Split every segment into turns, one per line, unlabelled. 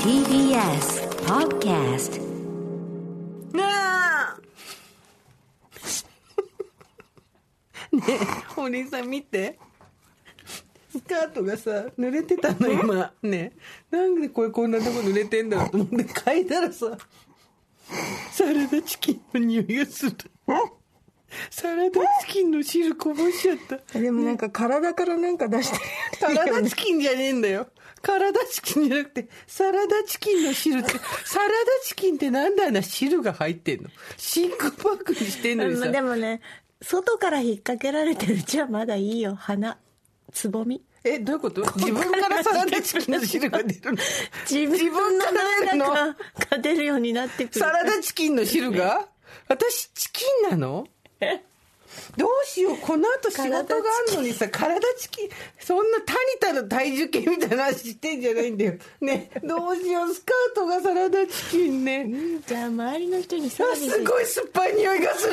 TBS Podcast
ねえねえ堀井さん見てスカートがさ濡れてたの今ねえなんでこれこんなとこ濡れてんだろうと思って嗅いだらさサラダチキンの匂いがするサラダチキンの汁こぼしちゃった
でもなんか体からなんか出してる
サラダチキンじゃねえんだよ。サラダチキンじゃなくて、サラダチキンの汁って、サラダチキンってなんだよな、汁が入ってんの。真空パックにしてんのにさ。
でもね外から引っ掛けられてるうちはまだいいよ花つぼみ
え、どういうこと自分からサラダチキンの汁が出るの
自分の
自分の
なんかが出るようになってくる
サラダチキンの汁が私、チキンなのどうしよう、この後仕事があるのにさ、体チキン、そんなタニタの体重計みたいな話してんじゃないんだよ。ね、どうしよう、スカートがサラダチキンね。
じゃあ周りの人にサー
あ
ビス
すごい酸っぱい匂いがする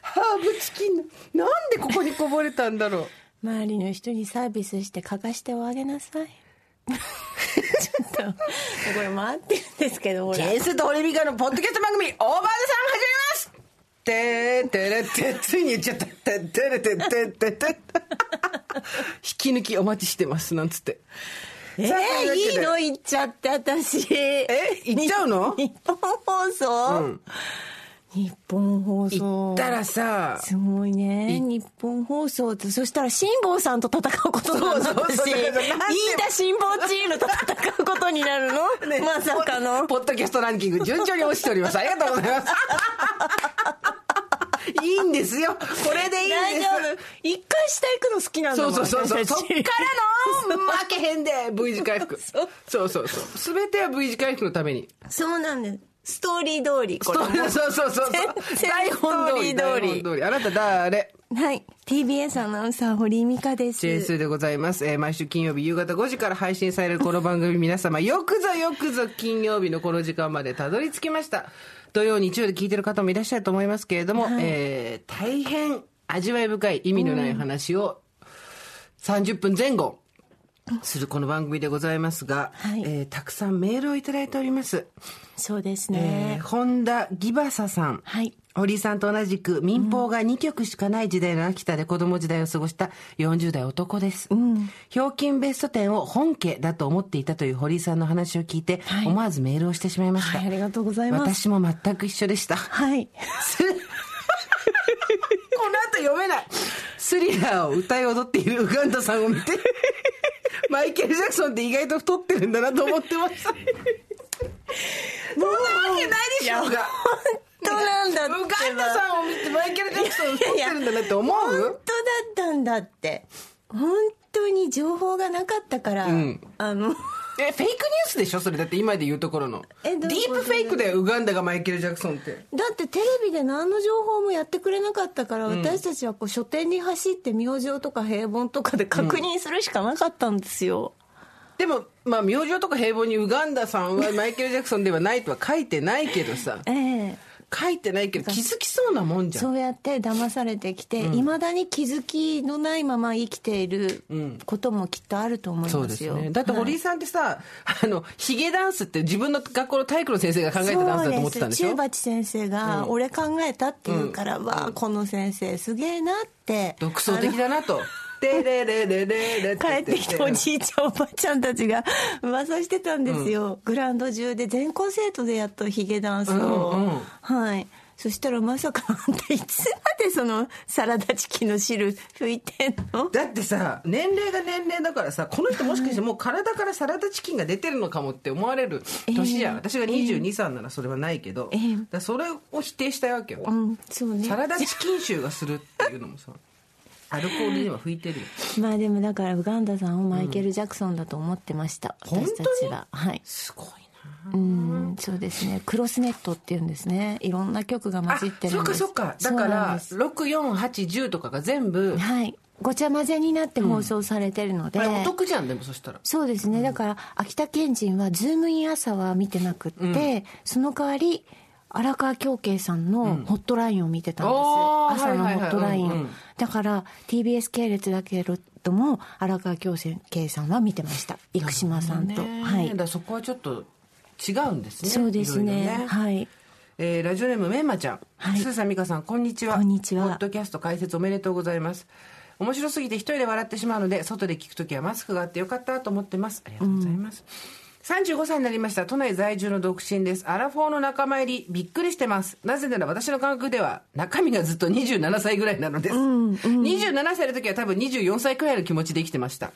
ハーブチキンのなんでここにこぼれたんだろ
周りの人にサービスして嗅がしておあげなさい ちょっとこれ回ってるんですけどほ
う
ら
ジェイスとホリミカのポッドキャスト番組「オーバーザさん」始めますてーてれてついに言っちゃったてーてれてててて引き抜きお待ちしてますなんつって
えー
さあとうわけで
いいの言っちゃって私え
え行っちゃうの
日本放送、日本放送
行ったらさ
すごいね日本放送ってそしたら辛坊さんと戦うことになるの
そうそうそう
私
だか
飯
らなんで
田辛坊チームと戦うことになるの、
ね
まさかの
ポッドキャストランキング順調に落ちておりますありがとうございますいいんですよこれでいいん
大
です
丈夫一回下行くの好きなんだ
そ
も
うんそうそうそう。
私
そ
た
っ
ち
からの負けへんで !V 字回復。
そう
そうそうそう。すべては V 字回復のために。
そうなんですストーリー通りこ
ス
れ
ト
も
ーリーそうそうそうそう。
全然
台本通り。
ストーリー通り
台本あなた誰
はい TBS アナウンサー堀井美香です
?JS でございます。えー毎週金曜日夕方5時から配信されるこの番組皆様、よくぞよくぞ金曜日のこの時間までたどり着きました。土曜日曜で聞いてる方もいらっしゃると思いますけれども、えー大変味わい深い意味のない話を30分前後するこの番組でございますが、
はい
えーたくさんメールをいただいております、
そうです
えー
ね、
本田ギバサさん、
はい
堀井さんと同じく民放が2局しかない時代の秋田で子供時代を過ごした40代男です、ひょうきんベスト店を本家だと思っていたという堀井さんの話を聞いて、
はい
思わずメールをしてしまいました、
はいありがとうございます
私も全く一緒でした
はい
すこの後読めないスリラーを歌い踊っているウガンダさんを見 てマイケル・ジャクソンって意外と太ってるんだなと思ってましたそんなわけないでしょうが
本当なんだっ
ウ
てば
ガンダさんを見てマイケル・ジャクソン太ってるんだなって思
本当だ
う
ったんだって本当に情報がなかったから、
ん
あの
えフェイクニュースでしょそれだって今で言うところの
えど
ディ
うい
ー
うこと
プフェイクだよウガンダがマイケル・ジャクソンって
だってテレビで何の情報もやってくれなかったから、私たちはこう書店に走って明星とか平凡とかで確認するしかなかったんですよ、
でもまあ明星とか平凡にウガンダさん はマイケル・ジャクソンではないとは書いてないけどさ
ええ
書いてないけど気づきそうなもんじゃん
そうやって騙されてきていま、未だに気づきのないまま生きていることもきっとあると思い
そう
ま
ですす
よ、
ね。だって堀井さんってさ、あの、ヒゲダンスって自分の学校の体育の先生が考えたダンスだと思ってたんでし
そう
ょ
す中鉢先生が「俺考えた」って言うから「わあこの先生すげえな」って
独創的だなと。でれれれれれ
帰ってきたおじいちゃんおばあちゃんたちが噂してたんですよ、グラウンド中で全校生徒でやっとヒゲダンスを、
うんうん
はいそしたらまさかあんたいつまでそのサラダチキンの汁拭いてんの
だってさ、年齢が年齢だからさ、この人もしかしてもう体からサラダチキンが出てるのかもって思われる年じゃん。
ええ
私が22、歳ならそれはないけど、
ええ
だからそれを否定したいわけよ。
うんそうね
サラダチキン臭がするっていうのも さ、アルコールには拭いてるよ。
まあでもだからウガンダさんをマイケル・ジャクソンだと思ってました、
うん
私たちははい
すごいな。
うんそうですねクロスネットっていうんですねいろんな曲が混じってるんです
あそっかそっかだか
そうなん
ら
です
64810とかが全部、
はいごちゃ混ぜになって放送されてるので、
あれお得じゃんでもそしたら
そうですね、だから秋田県人はズームイン朝は見てなくって、その代わり荒川京慶さんのホットラインを見てたんです、
おー
朝の
はい
ホ
はいはい
ットラインを、
うんうん
だから TBS 系列だけどトも荒川京慶さんは見てました生島さんと、
ね
はい
だからそこはちょっと違うんですね
そうですね
いろいろ
はい
えーラジオネームめいまちゃん、
はい
スーさん美香さんこんにちは
こんにちは
ポッドキャスト解説おめでとうございます面白すぎて一人で笑ってしまうので外で聞くときはマスクがあってよかったと思ってますありがとうございます、35歳になりました都内在住の独身ですアラフォーの仲間入りびっくりしてますなぜなら私の感覚では中身がずっと27歳ぐらいなのです、27歳の時は多分24歳くらいの気持ちで生きてました、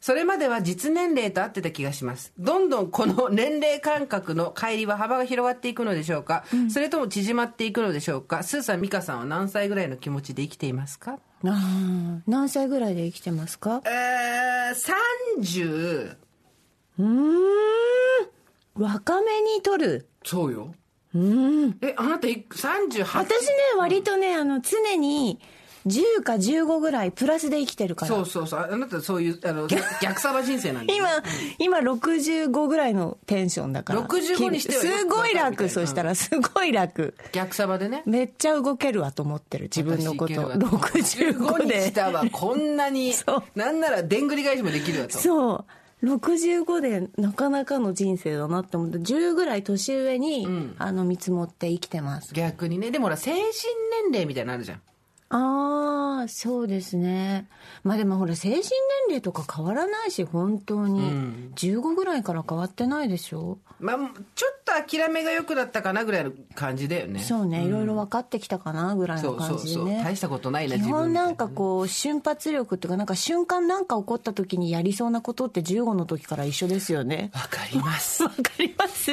それまでは実年齢と合ってた気がします。どんどんこの年齢感覚の乖離は幅が広がっていくのでしょうか、それとも縮まっていくのでしょうかスーさん、ミカさんは何歳ぐらいの気持ちで生きていますか
あー何歳ぐらいで生きてますか
えー、30。
うーん若めに撮る
そうよ。え、あなたい38。
私ね割とねあの常に10か15ぐらいプラスで生きてるから
そうそうそう。ああなたそういう、あの、逆サバ人生なんです
今、今65ぐらいのテンションだから。
65にしてはよ
す
くわ
ご
かる
い
みたいな
楽、そしたら、すごい楽。
逆サバでね。
めっちゃ動けるわと思ってる、自分のこと。
私いけるわ
65
65に
で
し。たわ。こんなに
そう、
なんならでんぐり返しもできるわと。
そう。65でなかなかの人生だなって思って、10ぐらい年上に、あの、見積もって生きてます。
逆にね。でもほら、精神年齢みたいなのあるじゃん。
ああ、そうですね。まあでもほら、精神年齢とか変わらないし、本当に。15ぐらいから変わってないでしょ
まあ、ちょっと諦めが良くなったかなぐらいの感じだよね。
そうね、いろいろ分かってきたかなぐらいの感じ
そう
で
そうそう
ね
大したことないな
基
自分
本
みたい
な
なん
かこう瞬発力っていうかなんか瞬間なんか起こった時にやりそうなことって15の時から一緒ですよね
わかります
わ。かります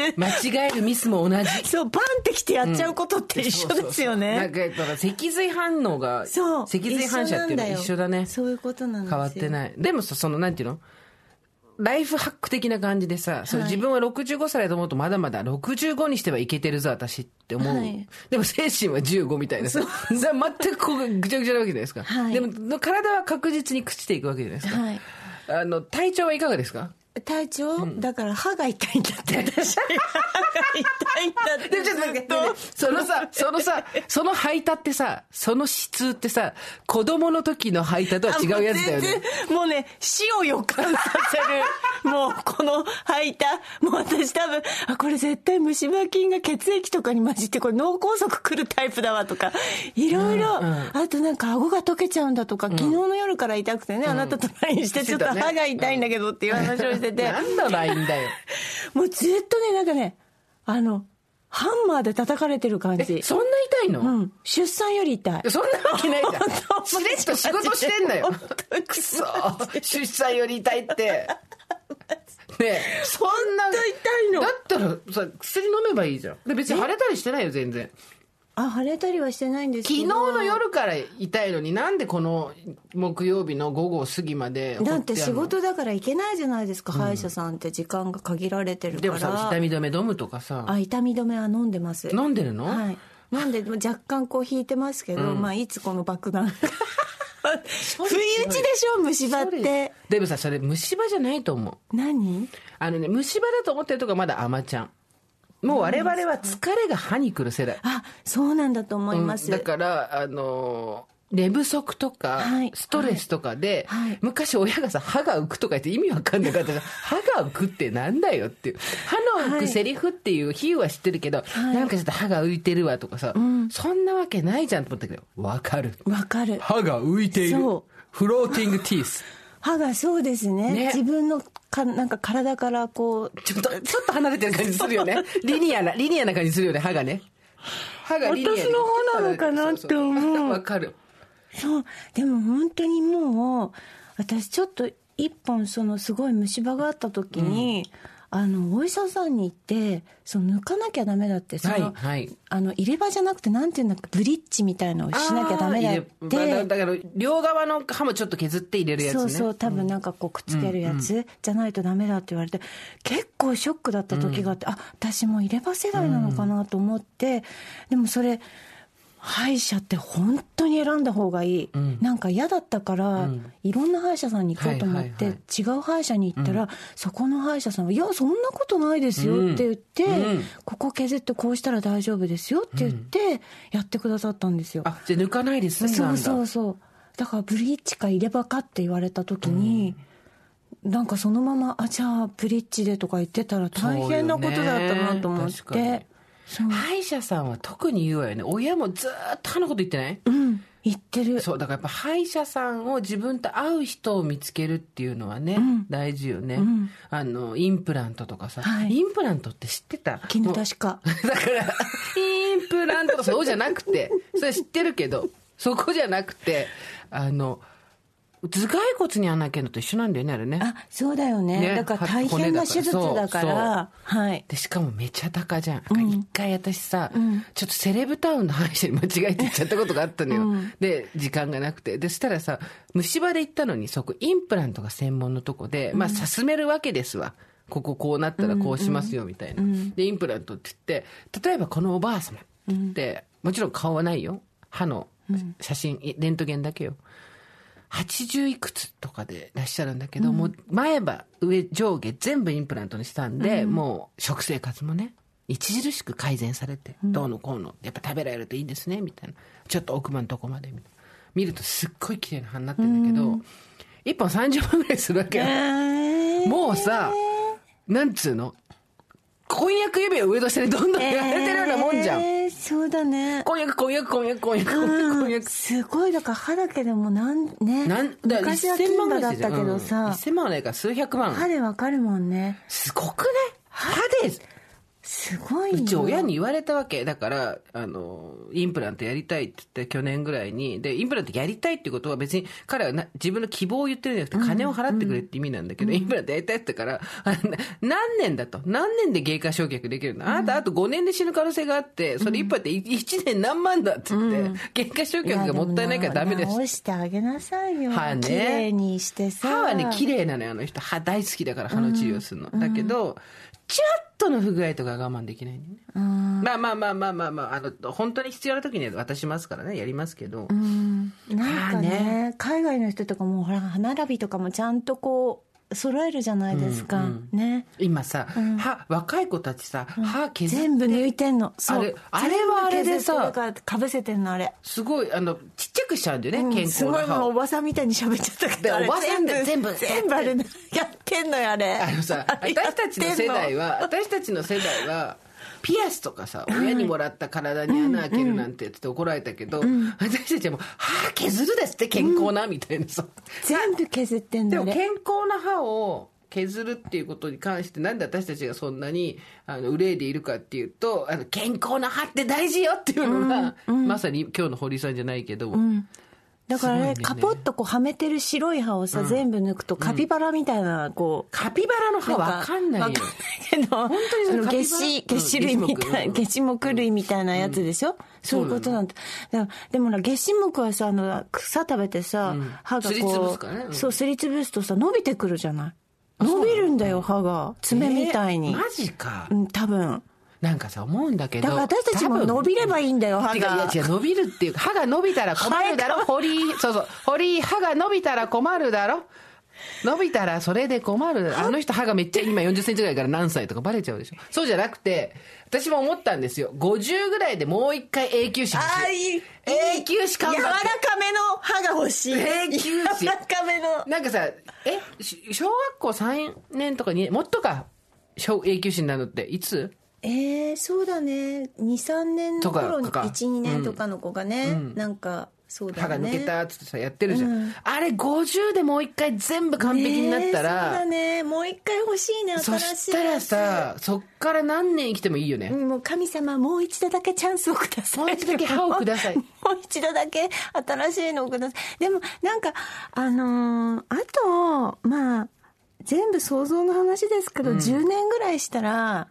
間違えるミスも同じ。
そうパンってきてやっちゃうことって 一緒です
そうそうそ
よね、
うなんか、だから脊髄反応が、
そう
脊髄反射っていうのは一緒だね。
そういうことなんですよ
変わってない。でもさ、その、なんていうのライフハック的な感じでさ、そう
はい
自分は65歳だと思うとまだまだ65にしてはいけてるぞ、私って思う。
はい
でも精神は15みたいなさ、全くこうぐちゃぐちゃなわけじゃないですか。
はい
でも体は確実に朽ちていくわけじゃないですか。
はい
あの、体調はいかがですか
体調、だから歯が痛いんだって 私歯が痛いんだって
でもちょっと待って、ねえねえそのさ、そのさ、その排他ってさ、その質ってさ、子供の時の排他とは違うやつだよ
あもう全
ね。
然もうね、死を予感させる。もうこの吐いた。もう私多分、あ、これ絶対虫歯菌が血液とかに混じって、これ脳梗塞来るタイプだわとか、いろいろ、あとなんか顎が溶けちゃうんだとか、昨日の夜から痛くてね、あなたと LINE して、ちょっと
してたね
歯が痛いんだけどっていう話をしてて、
なんのラインだよ。
もうずっとね、なんかね、あの、ハンマーで叩かれてる感じ
え、。そんな痛いの、
うん。出産より痛い。
そんなわけないじゃ
本
ん。
当
しれっと仕事してんだよ
本当に。
くそ出産より痛い って。ねえ、そんな。
本当
痛いの。だったらさ、薬飲めばいいじゃん。で別に腫れたりしてないよ、全然。
あ、腫れたりはしてないんですけ
昨
ど。
日の夜から痛いのになんでこの木曜日の午後過ぎまで放
だっ
や
て
んの
仕事だから行けないじゃないですか、歯医者さんって時間が限られてるか
で
ら
もさ痛み止め飲むとかさ
あ痛み止めは飲んでます
飲んでるの、
はいなんで若干こう引いてますけど、まあいつこの爆 弾が不意打ちでしょ虫歯って
でもさそれ虫歯じゃないと思う
何
あのね虫歯だと思ってるとこはまだ甘ちゃんもう我々は疲れが歯に来る世代
あそうなんだと思います、
うんだからあのー寝不足とか、
はい
ストレスとかで、
はいはい
昔親がさ、歯が浮くとか言って意味わか んなかったから、歯が浮くってなんだよっていう。歯の浮
は
く
い
セリフっていう比喩は知ってるけど、なんかちょっと歯が浮いてるわとかさ、そんなわけないじゃんと思ったけど、わかる。
わかる
歯が浮いている
そ。
フローティングティース。
歯がそうですね
ね
自分のかなんか体からこう
ちょっと、ちょっと離れてる感じするよ ね。リニアな、リニアな感じするよね、歯がね。歯がリニアに
私の方なのかなって思う
そそわかる。
そうでも本当にもう私ちょっと一本そのすごい虫歯があった時に、あのお医者さんに行ってその抜かなきゃダメだってその、
はいはい
あの入れ歯じゃなくてなんていうんだっけブリッジみたいのをしなきゃダメだっ
あー入れまあだ
て。
だから両側の歯もちょっと削って入れるやつね
そうそう多分なんかこうくっつけるやつじゃないとダメだって言われて結構ショックだった時があってあ私も入れ歯世代なのかなと思ってでもそれ歯医者って本当に選んだ方がいい、なんか嫌だったから、いろんな歯医者さんに行こうと思
は
って、
いはい
違う歯医者に行ったら、そこの歯医者さんは「いやそんなことないですよ」って言って、ここ削ってこうしたら大丈夫ですよ」って言ってやってくださったんですよ。
あじゃあ抜かないですね
そうそうそうだからブリッジか入れ歯かって言われた時に、なんかそのまま「あじゃあブリッジで」とか言ってたら大変なことだったなと思っ
そうよね
てそう
歯医者さんは特に言うわよね親もずーっと歯のこと言ってない、
うん言ってる
そうだからやっぱ歯医者さんを自分と合う人を見つけるっていうのはね、大事よね、あのインプラントとかさ、
はい
インプラントって知ってた
絹田し か
だから、 インプラントとかそうじゃなくて、それ知ってるけど、そこじゃなくて、あの、頭蓋骨に穴開けるのと一緒なんだよね、あれね。
あそうだよね
ね
だから大変な手術だか
骨だから
らはい
で、しかもめちゃ高じゃん。なんか一回私さ、ちょっとセレブタウンの歯医者に間違えて行っちゃったことがあったのよ。で、時間がなくて。で、そしたらさ、虫歯で行ったのに、そこインプラントが専門のとこで、まあ、さすめるわけですわ。こここうなったらこうしますよ、みたいな。で、インプラントって言って、例えばこのおばあ様って言って、もちろん顔はないよ。歯の写真、いレントゲンだけよ。80いくつとかでいらっしゃるんだけど、もう前歯上上下全部インプラントにしたんで、もう食生活もね著しく改善されて、どうのこうのやっぱ食べられるといいですねみたいなちょっと奥歯のとこまでみたいな見るとすっごい綺麗な歯になってるんだけど、一1本30万ぐらいするわけよ、もうさなんつうの婚約指輪上と下にどんどんやられてるようなもんじゃん、
えーそうだね
婚約婚約婚約婚約婚約婚
う
約
んすごいだから歯だけでもなんね
なんだから
昔は
1000万
金
ぐ
歯
ら
だ
い
っ
する
た
じゃ
け
ん
どさ
1000万はないから数百
歯
万
でわかるもんね
すごくね歯です
すごいよ
うち親に言われたわけだからあのインプラントやりたいって言って去年ぐらいにでインプラントやりたいってことは別に彼はな自分の希望を言ってるんじゃなくて金を払ってくれって意味なんだけど、インプラントやりたいって言ったからあの何年だと何年で外科償却できるの、あなたあと5年で死ぬ可能性があってそれ一本で1年何万だって言って、外科償却がもったいないからダメです
やもな直してあげなさいよ
歯ね
綺麗にしてさ
歯はね綺
麗
麗なのよあの人歯大好きだから歯の治療するの、だけどちょっとの不具合とか我慢できないのよね、まあまあまあまあまあまああの本当に必要な時には渡しますからねやりますけど、
なんかね海外の人とかもほら歯並びとかもちゃんとこう揃えるじゃないですか、ね
今さ、歯若い子たちさ歯削って、
全部抜いてんのそう
あれあれはあれでさ
全部削ってだからかぶせてんのあれ
すごいあのちっちゃくしちゃうんだよね、
うん
健康
す
な
ごいも
歯
うお
を。
ばさんみたいに喋っちゃったけ
で
どあれ
おばさんって全部
全部あれやってんのよあれ
あのさ
あれ
私
や
た
ってん
ちの世代は私たちの世代はピアスとかさ親にもらった体に穴開けるなんてって怒られたけど、私たちはもう歯削るですって健康なみたいなさ、
全部削ってん
で
のあ
も
れ
健康な歯を削るっていうことに関してなんで私たちがそんなにあの憂いでいるかっていうとあの健康な歯って大事よっていうのが、まさに今日の堀井さんじゃないけど、
だから
すごいん
ね
だよね
カポッとこうはめてる白い歯をさ、全部抜くとカピバラみたいなこう、
カピバラの歯わかんないよ
わかけど
当
本当
に
に
それ
げ
カピ
し
バラ
げし類みた
うん
いげし目類みたいなやつでしょ、そういうことなんてだからでもほらげし目はさあの草食べてさ、歯が
すりつぶ
こ
すからねう
うんそうすりつぶすとさ伸びてくるじゃない伸びるんだよ歯が爪みたい
え
に、
ーマジか、
うん多分
なんかさ思うんだけど
だから私たち
多
も
分
伸びればいいんだよ歯
違う
が
いや違う伸びるっていうか歯が伸びたら困るだろ堀井そうそう堀井歯が伸びたら困るだろ伸びたらそれで困るあの人歯がめっちゃ今4 0ンチぐらいから何歳とかバレちゃうでしょそうじゃなくて私も思ったんですよ50ぐらいでもう一回永久歯
あ
欲
あ
しい
いい
永久歯頑張
柔ら
って
かめの歯が欲しい
永久歯
柔らかめの
なんかさえし小学校3年とかにもっとか小永久歯になるのっていつ
えー、そうだね23年の頃に
とかか
12年とかの子がね、なんかそうだ
歯
よね
が抜けたっつってさやってるじゃん、あれ50でもう一回全部完璧になったら、
ねえそうだねもう一回欲しいね
そ
新しいやつ
したらさそっから何年生きてもいいよね、
うんもう神様もう一度だけチャンスをください
もう一度だけ歯をください
もう一度だけ新しいのをくださいでもなんかあのーあとまあ全部想像の話ですけど、10年ぐらいしたら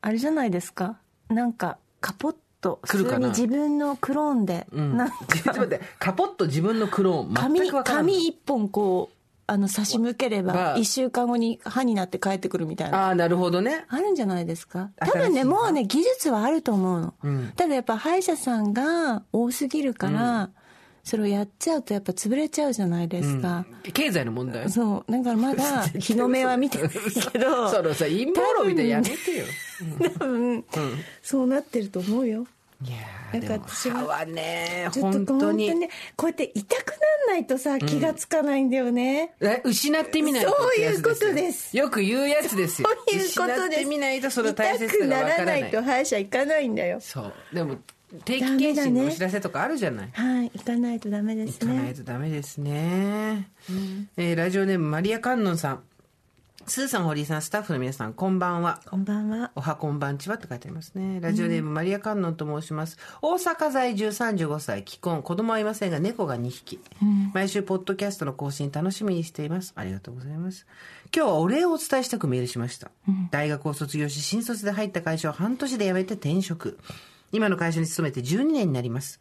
あれじゃないですかなんかカポッと
来る
普
か
通に
な
自分のクローンで、
うん
なんか
ちょっと待ってカポッと自分のクローン全
紙
く分からない
紙一本こうあの差し向けれ
ば
ば1週間後に歯になって帰ってくるみたいな
ああなるほどね
あるんじゃないですか
新しい
多分ねもうね技術はあると思うの、
ん
ただやっぱ歯医者さんが多すぎるから、それをやっちゃうとやっぱ潰れちゃうじゃないですか、
経済の問題
そうだからま だ日の目は見てないけど
そのさ陰謀論みたいなやめてよ
多分、そうなってると思うよ
いや
な
ー
んか
でも
私は
歯はね
ちょっと
本
本
当
当
に
ねこうやって痛くなんないとさ気がつかないんだよね、
え失ってみないとってやつよ
そういうことです
よく言うやつですよ
そういうことです
失ってみないとその大切さがわからない
痛くならないと歯医者行かないんだよ
そうでも定期検診のお知らせとかあるじゃない、
はい行かないとダメです
行かない
ね
とダメですね、えーラジオネームマリア・カンノンさんスーさん堀井さんスタッフの皆さんこんばんは
こんばんは
おはこんばんちはって書いてありますね。ラジオネーム、マリア観音と申します。大阪在住35歳、既婚、子供はいませんが、猫が2匹。毎週、ポッドキャストの更新楽しみにしています。ありがとうございます。今日はお礼をお伝えしたくメールしました。大学を卒業し、新卒で入った会社を半年で辞めて転職。今の会社に勤めて12年になります、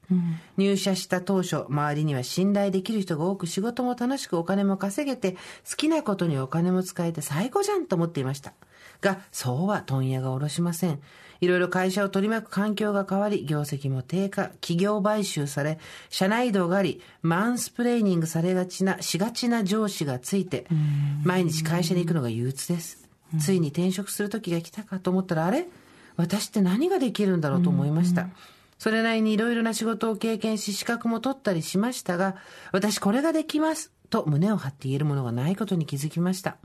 入社した当初周りには信頼できる人が多く仕事も楽しくお金も稼げて好きなことにお金も使えて最高じゃんと思っていましたがそうは問屋が下ろしませんいろいろ会社を取り巻く環境が変わり業績も低下企業買収され社内移動がありマンスプレーニングされがちなしがちな上司がついて毎日会社に行くのが憂鬱ですついに転職する時が来たかと思ったらあれ私って何ができるんだろうと思いました。それなりにいろいろな仕事を経験し、資格も取ったりしましたが、私これができますと胸を張って言えるものがないことに気づきました。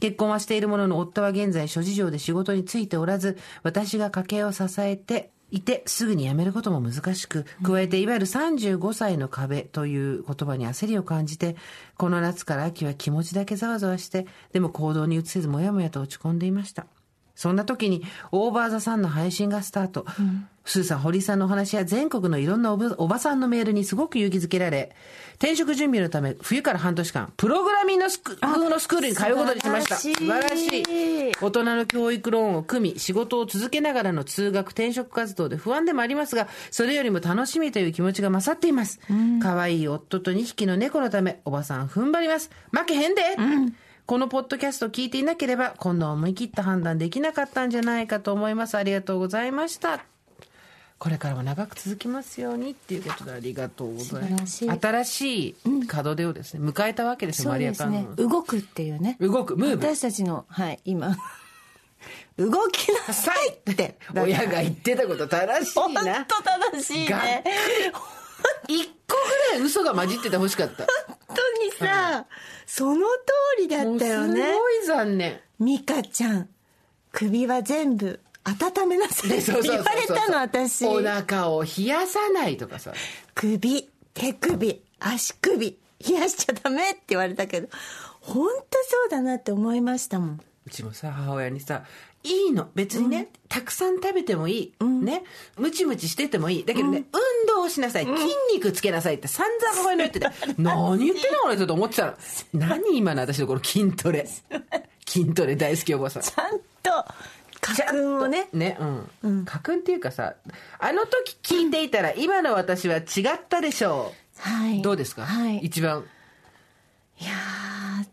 結婚はしているものの夫は現在諸事情で仕事に就いておらず、私が家計を支えていて、すぐに辞めることも難しく、加えていわゆる35歳の壁という言葉に焦りを感じて、この夏から秋は気持ちだけざわざわして、でも行動に移せずもやもやと落ち込んでいました。そんな時に、オーバーザさんの配信がスタート。スーさん、堀井さんのお話や全国のいろんなおばおばさんのメールにすごく勇気づけられ、転職準備のため、冬から半年間、プログラミングのスク風のスクールに通うことにしました。
素
素
晴
晴
ら
ら
しい
しい。大人の教育ローンを組み、仕事を続けながらの通学、転職活動で不安でもありますが、それよりも楽しみという気持ちが勝っています。可愛い夫と2匹の猫のため、おばさん踏ん張ります。負けへんで、このポッドキャストを聞いていなければ、こんな思い切った判断できなかったんじゃないかと思います。ありがとうございました。これからも長く続きますようにっていうことでありがとうございます。
素晴
新
らし
しい門出をですね、迎えたわけですよ、
そう
マリ
で
アさ
す
ん
ね
の。
動くっていうね
動く、ムーブ。
私たちのはい今動きな さいって
親が言ってたこと正しい
本当
な。
正しい
が
ね
一個ぐらい嘘が混じっててほしかった。
本当にさ、その通りだ
も
っ
う
たよ
す
ね
ごい残念。
美香ちゃん首は全部温めなさい
で
って
そうそう
言
そう
われ
そう
たの私
お腹を冷やさないとかさ。
首手首足首冷やしちゃダメって言われたけど本当そうだなって思いましたもん
うちもさ、母親にさ、いいの。別にね、たくさん食べてもいい。ね。ムチムチしててもいい。だけどね、運動をしなさい。筋肉つけなさいって散々母親に言って て、何言ってんのこの人と思って たの。何今の私のこの筋トレ。筋トレ大好きおばさん。
ちゃんと家訓をね
ね、うん。家訓っていうかさ、あの時聞いていたら、今の私は違ったでしょ
は
う。
い
どうですか、
はい、い
一番。
やー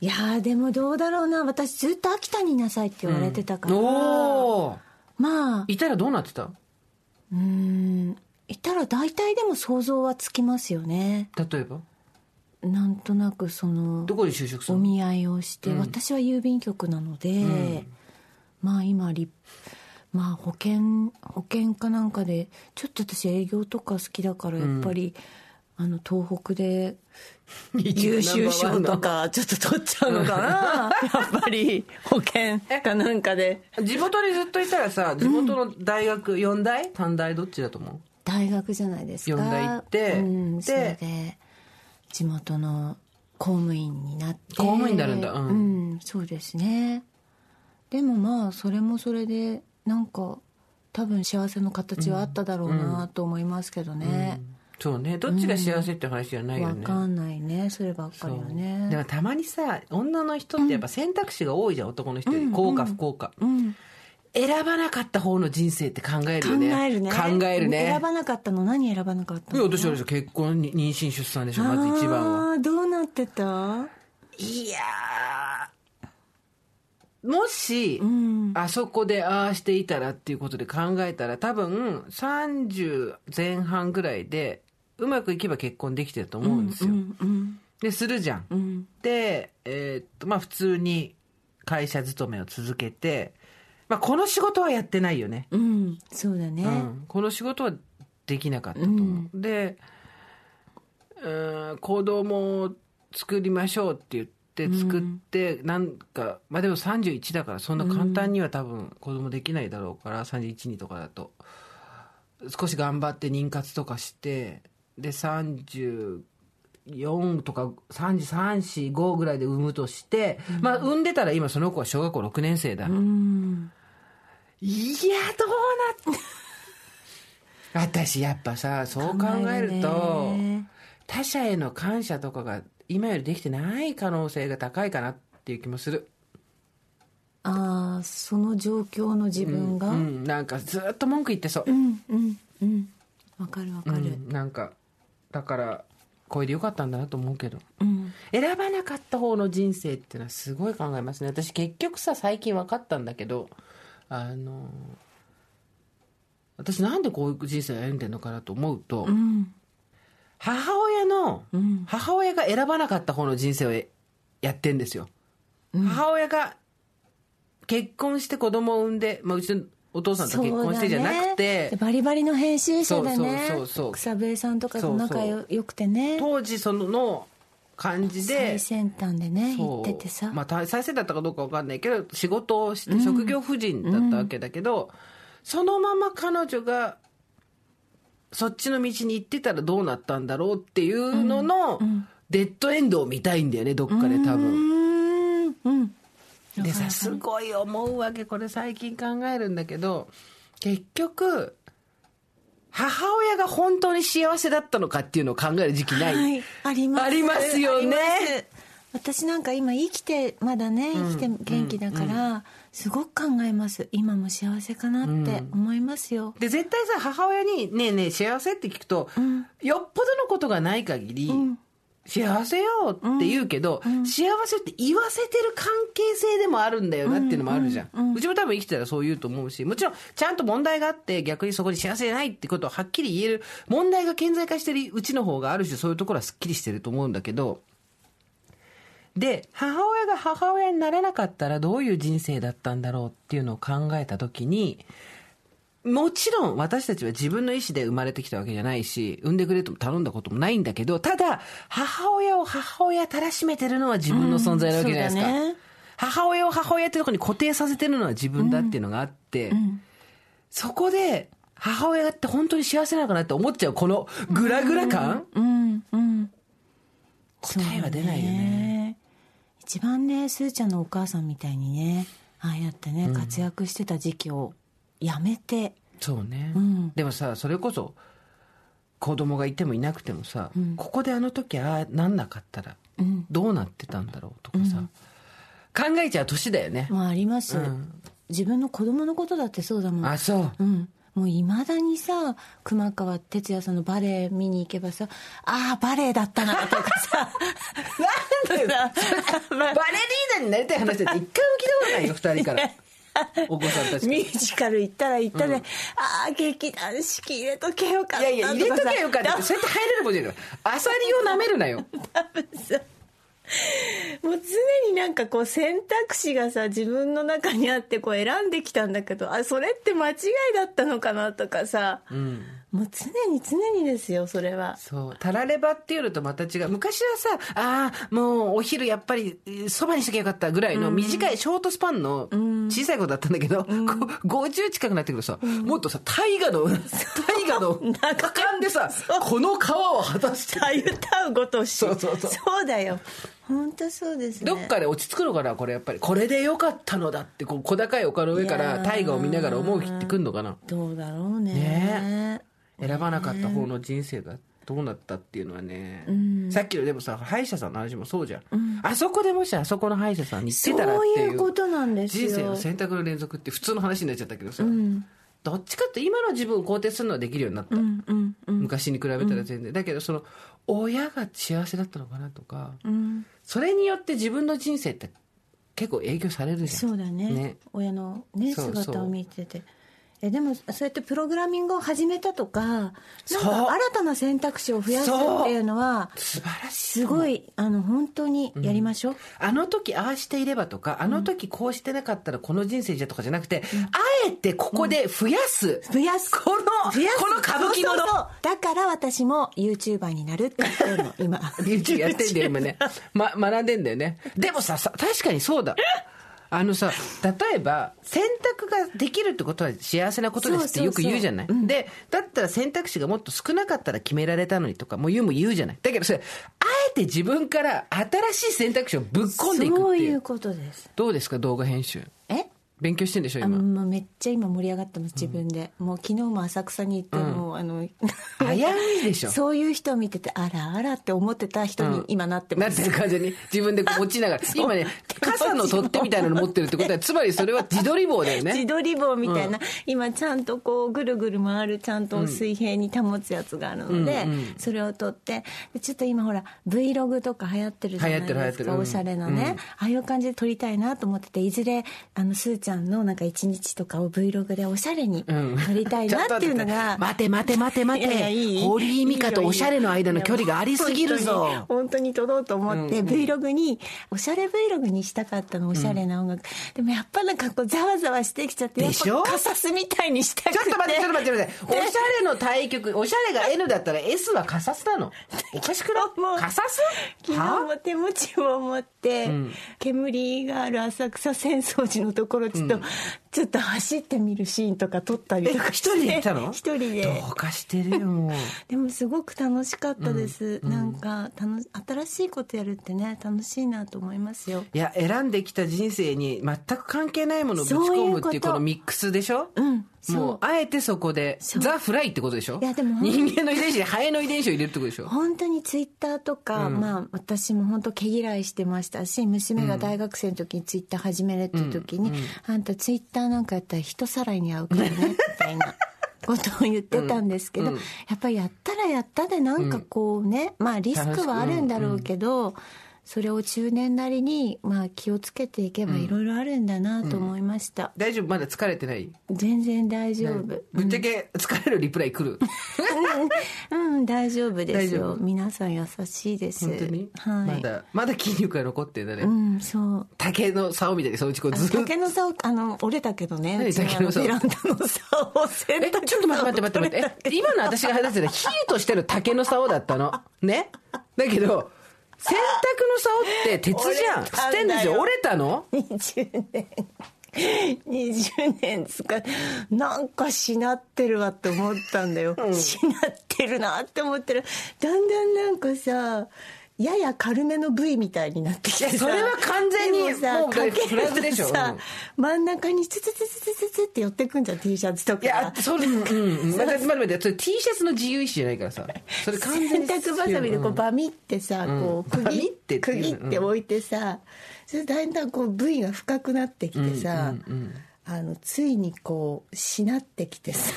いやーでもどうだろうな私ずっと秋田にいなさいって言われてたから、
おお。
まあ
いたらどうなってた
うんいたら大体でも想像はつきますよね
例えば。
なんとなくその
どこに就職す
お
るの
見合いをして、私は郵便局なので、まあ今立まあ保険保険かなんかでちょっと私営業とか好きだからやっぱり、あの東北で優秀賞と。かちょっと取っちゃうのかなやっぱり保険かなんかで
地元にずっといたらさ、地元の大学4大短大どっちだと思う
大学じゃないですか
四大行って
うん、
で
それで地元の公務員になって
公務員になるんだうん
うんそうですねでもまあそれもそれでなんか多分幸せの形はあっただろうなと思いますけどね、
そうね。どっちが幸せって話じゃないよ
わ
ね。
かんないねそればっかりは
そうで
ね
もたまにさ女の人ってやっぱ選択肢が多いじゃん、男の人よりこうか不幸か、選ばなかった方の人生って考える
考
よね
えるね
考えるね
選ばなかったの何選ばなかった
いや
の
私はあれですよ結婚に妊娠出産でしょまず一番は
あーどうなってた
いやーもし、
ん
あそこでああしていたらっていうことで考えたら多分30前半ぐらいでうまくいけば結婚できてると思うんですよ、
うんうん
でするじゃん、
うん
で、えーっとまあ、普通に会社勤めを続けて、ままあ、この仕事はやってないよね、
うんそうだね、
うんこの仕事はできなかったと思う、でうーん行動も作りましょうって言って作って、なんかまあでも31だからそんな簡単には多分子供できないだろうから31にとかだと少し頑張って妊活とかしてで34とか345ぐらいで産むとして、まあ産んでたら今その子は小学校6年生だ、いやどうなっ 私やっぱさそう考える
考
と
えるね
他者への感謝とかが今よりできてない可能性が高いかなっていう気もする、
ああその状況の自分が
う
うん
ん、なんかずっと文句言ってそう、
うんうんわかるわか
う
る
んなんかだからこれでよかったんだなと思うけど
うん
選ばなかった方の人生っていうのはすごい考えますね私結局さ最近分かったんだけどあの私なんでこういう人生を歩んでるのかなと思うと、
うん
母親の、
うん
母親が選ばなかった方の人生をえやってんですよ、母親が結婚して子供を産んで、まあ、うちのお父さんと結婚してじゃなくて、
そうだねバリバリの編集者だね
そうそうそうそう
草笛さんとかと仲
そ
よ
う
良くてね
当時そのの感じで
最先端でね
そう
行っててさ、
まあ、大再生だったかどうか分かんないけど仕事をして職業婦人だったわけだけど、そのまま彼女がそっちの道に行ってたらどうなったんだろうっていうのの、デッドエンドを見たいんだよねどっかで多
う
分。
ーんうん
でさすごい思うわけこれ最近考えるんだけど結局母親が本当に幸せだったのかっていうのを考える時期ない、
はい、あります
ありますよね
あります私なんか今生きてまだね生きて元気だから、すごく考えます今も幸せかなって思いますよ、
で絶対さ母親に「ねえねえ幸せ?」って聞くと、よっぽどのことがない限り、幸せよって言うけど、幸せって言わせてる関係性でもあるんだよなっていうのもあるじゃん、うちも多分生きてたらそう言うと思うしもちろんちゃんと問題があって逆にそこに幸せじゃないってことをはっきり言える問題が顕在化してるうちの方がある種そういうところはすっきりしてると思うんだけどで母親が母親にならなかったらどういう人生だったんだろうっていうのを考えた時にもちろん私たちは自分の意思で生まれてきたわけじゃないし、産んでくれとも頼んだこともないんだけど、ただ、母親を母親たらしめてるのは自分の存在なわけじゃないですか。
うんそうだね
母親を母親ってとこに固定させてるのは自分だっていうのがあって、そこで、母親って本当に幸せなのかなって思っちゃう、このグラグラ感、
うんうん
答えは出ないよね。
一番ねすーちゃんのお母さんみたいにねああやってね活躍してた時期をやめて、
そうね、
ん
でもさそれこそ子供がいてもいなくてもさ、ここであの時ああなんなかったらどうなってたんだろうとかさ、考えちゃう年だよね、
まああります、自分の子供のことだってそうだもん
あそう
うん、もういまだにさ熊川哲也さんのバレエ見に行けばさ「ああバレエだったな」 とかさなんでさ
バレリーナになりたい話だ って一回も聞いたことないよ2人 からお子さんたちから
ミュージカル行ったら行ったで、ああ劇団四季入れとけよかっ
いや
た
いや入れとけばよかったって
とさ
そうやって入れるもんじゃないアサリを舐めるなよ
もう常になんかこう選択肢がさ自分の中にあってこう選んできたんだけどあそれって間違いだったのかなとかさ、もう常に常にですよそ れは
そうたらればっていうのとまた違う昔はさああもうお昼やっぱりえーそばにしときゃよかったぐらいの短いショートスパンの小さいことだったんだけど、こう50近くなってくるとさ、もっとさ大河の大河の果敢でさこの川を果たして
たゆたうごとし
そうそうそう
だよ本当そうですね
どっかで落ち着くのかなこれやっぱりこれでよかったのだってこう小高い丘の上か
いや
ら
ー
大河を見ながら思う日ってくんのかな
どうだろうね
ね選ばなかった方の人生がどうなったっていうのはね、さっきのでもさ歯医者さんの話もそうじゃん、あそこでもしあそこの歯医者さんに行ってたらっ
そう
ていう
いうことなんですよ
人生の選択の連続って普通の話になっちゃったけどさ、どっちかって今の自分を肯定するのはできるようになった、
うんうん
昔に比べたら全然、だけどその親が幸せだったのかなとか、
うん
それによって自分の人生って結構影響されるじゃん
そうだね
ね
親のね
そうそう
姿を見ててえでもそうやってプログラミングを始めたとかなんか
そう
新たな選択肢を増やすっていうのは
素晴らしい
すごいあの本当にやりましょう、
あの時ああしていればとかあの時こうしてなかったらこの人生じゃとかじゃなくて、あえてここで増やす、
増やす
この
増やす
この歌舞伎の
そうそうそうだから私も YouTuber になるって言 ってるの今
YouTube やってんだよ今 ね、ま、学んでんだよねでもささ確かにそうだあのさ例えば選択ができるってことは幸せなことですって
そうそうそう
よく言うじゃないでだったら選択肢がもっと少なかったら決められたのにとかもう言うも言うじゃないだけどそれあえて自分から新しい選択肢をぶっ込んでいくっていう
そういうことです
どうですか動画編集
え
勉強してんでしょ
あ
今
もうめっちゃ今盛り上がってます自分で、もう昨日も浅草に行って、もう あの
早いでしょ
そういう人を見ててあらあらって思ってた人に今なって
な
ま
っ
す、
てる感じに自分でこう持ちながら今ね傘の取っ手みたいなの持ってるってことはつまりそれは自撮り棒だよ
自
ね
撮り棒みたいな、今ちゃんとこうぐるぐる回るちゃんと水平に保つやつがあるので、それを撮ってでちょっと今ほら Vlog とか流行ってるじゃない
流行って
です
る流
か
行ってる
おしゃれなね、ああいう感じで撮りたいなと思ってていずれあのすーちゃんのなんか一日とかを Vlog でおしゃれに
ん
撮りたい なっていうのが、
待て待て待て待
いやいやい
て
い
堀井美香とおしゃれの間の距離がありすぎるぞ
本当に撮ろうと思って、Vlog におしゃれ Vlog にしたかったのおしゃれな音楽、でもやっぱなんかこうざわざわしてきちゃって
でしょ
やっぱカサスみたいにしたく
ち
て
ょっと待ってちょっと待ってちょっと待っておしゃれの対局おしゃれが N だったら S はカサスなのおかしく
も
な
う
いカサス
昨日
は
も手持ちを持って、煙がある浅草浅草寺のところちょっと、ちょっと走ってみるシーンとか撮ったり
え
とか
一人で行ったの
一人で
どうかしてるよもう
でもすごく楽しかったです、なんか楽し新しいことやるってね楽しいなと思いますよ
いや選んできた人生に全く関係ないものをぶち
そうい
込
う
む
こ
っ
と
ていうこのミックスでしょ
うんそう
もうあえてそこでザ・フライってことでしょ
いやでも本当
人間の遺伝子にハエの遺伝子を入れるってことでしょ
本当にツイッターとか、まあ私も本当毛嫌いしてましたし娘が大学生の時にツイッター始めるっていう時に、あんたツイッターなんかやったら人さらいに合うからねみたい な。ことを言ってたんですけど、やっぱりやったらやったでなんかこうね、まあリスクはあるんだろうけど、それを中年なりにまあ気をつけていけばいろいろあるんだなと思いました、
大丈夫まだ疲れてない
全然大丈夫、
ぶっちゃけ疲れるリプライ来 る
うん、うん大丈夫です
大丈
よ
夫
皆さん優しいです
本当に、
はい、
まだまだ筋肉が残ってるんだね、
うん、そう。
竹の竿みたいにそのうちこうずっと
竹の竿、あの、折れたけどね。
何
うちの
竹の竿
ベランダの竿を洗
え
濯
ちょっと待って待って待って待っ てえ今の私が話してた比喩としての竹の竿だったのねだけど洗濯の竿って鉄じゃん
折れた
捨
んだよ
てんですよ折れたの
20年。20年使っなんかしなってるわって思ったんだよ、しなってるなって思ってるだんだんなんかさやや軽めの部位みたいになってきて
いや
さ
それは完全に
でもさ
もう
かけ
フラグで
る
しょ
とさ、真ん中にツツツツツツツって寄ってくんじゃん T シャツとか
いやそれうん うん待って待って待ってそれ T シャツの自由意志じゃないからさそれ完全
洗
に
濯ばさみでこうバミってさ、こう区
バミ
切
ってって
区
いう
切って置いてさ、それだんだんこう部位が深くなってきてさ、あのついにこうしなってき てさ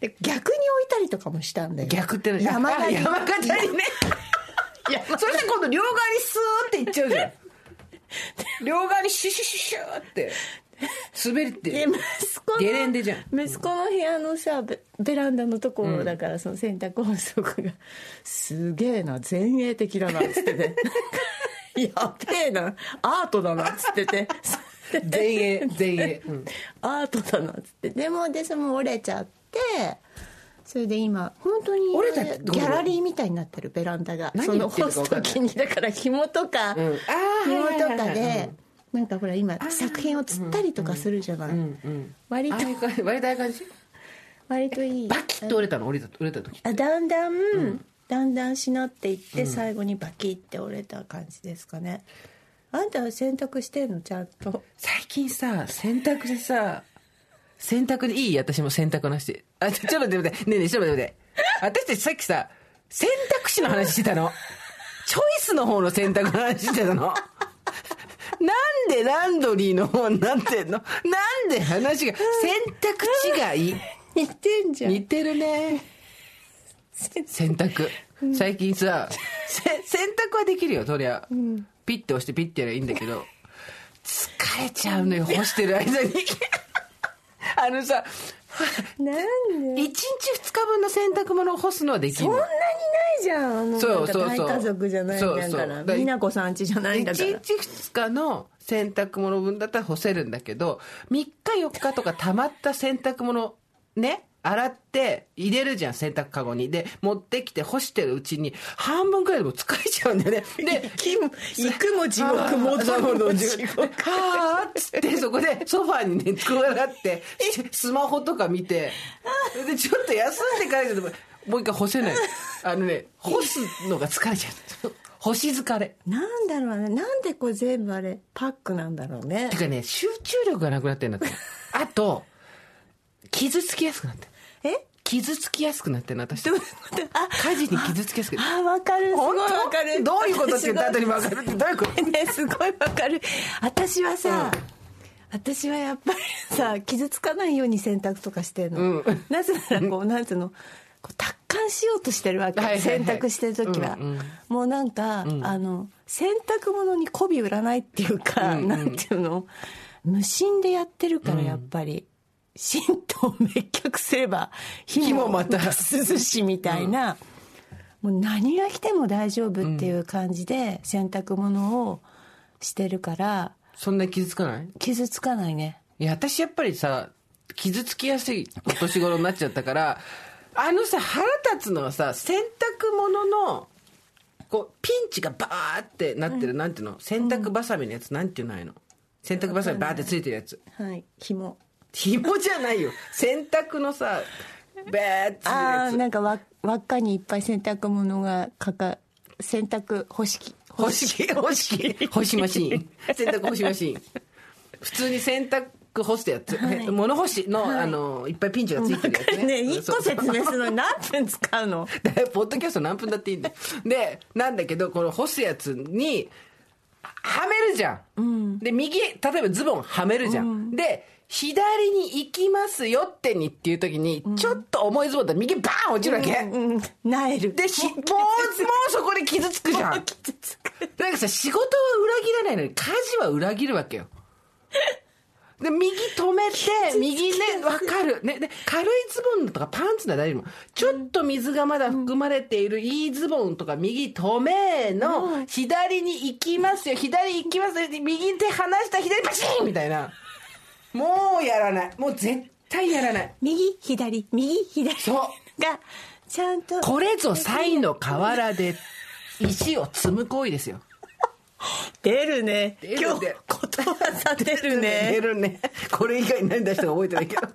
で逆に置いたりとかもしたんだよ
逆って何
山
あ
形
山形にね いやそれで今度両側にスーっていっちゃうじゃん両側にシュシュシュシューって滑りって
で息子の
ゲレンデじゃん
息子の部屋のさベベランダのところだから、その洗濯放送が「すげえな前衛的だな」っ つってて「やべえなアートだな」っつってて。
前衛前衛、うん
アートだなっつってでもでその折れちゃってそれで今本当に
折れたってどう
ギャラリーみたいになってるベランダが
何
そ
言
の
ってる
干
か分
す
かんない
時にだから紐と
んあ
か、
ー
紐と
はい
か
はいはいはい
でなんかほら今作品を釣ったりとかするじゃない、割と
ああいう感じ割とああいう感じ
割といい
バキッと折れたの折れた折れた時
あだんだん、だんだんしなっていって、最後にバキって折れた感じですかねあんたは洗濯してんのちゃん と
最近さ洗濯でさ洗濯でいい私も洗濯の話あちょちょっと待って待ってねえねえちょっと待って待って私たちさっきさ選択肢の話してたのチョイスの方の選択の話してたのなんでランドリーの方になってんのなんで話が選択違い
似てんじゃん
似てるね洗濯最近させ洗濯はできるよそりゃ、ピッて押してピッてやればいいんだけど疲れちゃうのよ干してる間にあのさ
なん
1
で
日2日分の洗濯物を干すのはでき
そ
る
んなに
の
ないじゃんあの
そう
なんか
そうそう
大家族じゃないんだ
そうそ
か
うだ
ら
から
美奈子さん家じゃないんだから
1日2日の洗濯物分だったら干せるんだけど3日4日とか溜まった洗濯物ね洗って入れるじゃん洗濯かごにで持ってきて干してるうちに半分くらいでも疲れちゃうんだよねで
行くも地獄も
戻るの
地獄
はあっつってそこでソファに寝っ転がってスマホとか見てでちょっと休んでからじゃもう一回干せないあのね干すのが疲れちゃう干し疲れ
なんだろうねなんでこれ全部あれパックなんだろうね
てかね集中力がなくなってんだ ってあと傷つきやすくなって
え
傷つきやすくなってんの私
どういうことあ
家事に傷つきやすくなって
あわかるすご
本
いわ
当
かる
どういうことって言った後に分かるってどういうこと
ねすごいわかる私はさ、私はやっぱりさ傷つかないように洗濯とかしてるの、なぜならこうなんていうのこう達観しようとしてるわけ、
はいはいはい
洗濯してる時は、もうなんか、あの洗濯物に媚び売らないっていうか、なんていうの無心でやってるからやっぱり、神道を滅却すれば火
火もまた
涼しみたいな、もう何が来ても大丈夫っていう感じで洗濯物をしてるから
そんな傷つかない
傷つかないね
いや、私やっぱりさ、傷つきやすいお年頃になっちゃったから、あのさ、腹立つのはさ、洗濯物の、こう、ピンチがバーってなってる、なんていうの洗濯バサミのやつ、なんていうのああいうの洗濯バサミバーってついてるやつ。
はい紐
紐じゃないよ。洗濯のさ、バーってついてる
あ
や
あ
つ。
なんかわ輪っかにいっぱい洗濯物がかか洗濯干し器
干し干し干しマシーン洗濯干しマシーン普通に洗濯干すってやつ、
はい
物干しの、あのいっぱいピンチがついてるやつ
ね
ね
一
そう
個説明するのに何分使うの
だからポッドキャスト何分だっていいんだよでなんだけどこの干すやつにはめるじゃん、で右例えばズボンはめるじゃん、で左に行きますよってにっていう時に、ちょっと重いズボンだったら右バーン落ちるわけ、
うんなえる
でし もうもうそこで傷つくじゃんだ
傷つく
からさ仕事は裏切らないのに家事は裏切るわけよで右止めて右ね分かる、ね、で軽いズボンとかパンツなら大丈夫ちょっと水がまだ含まれているいいズボンとか右止めの左に行きますよ左行きますよ右手離した左パシーンみたいなもうやらないもう絶対やらない
右左右左
そう
がちゃんと
これぞサイの河原で石を積む行為ですよ
出るね
出る
今日
出
言
る
葉さ出る
出
ね
るねこれ以外何出したか覚えてないけど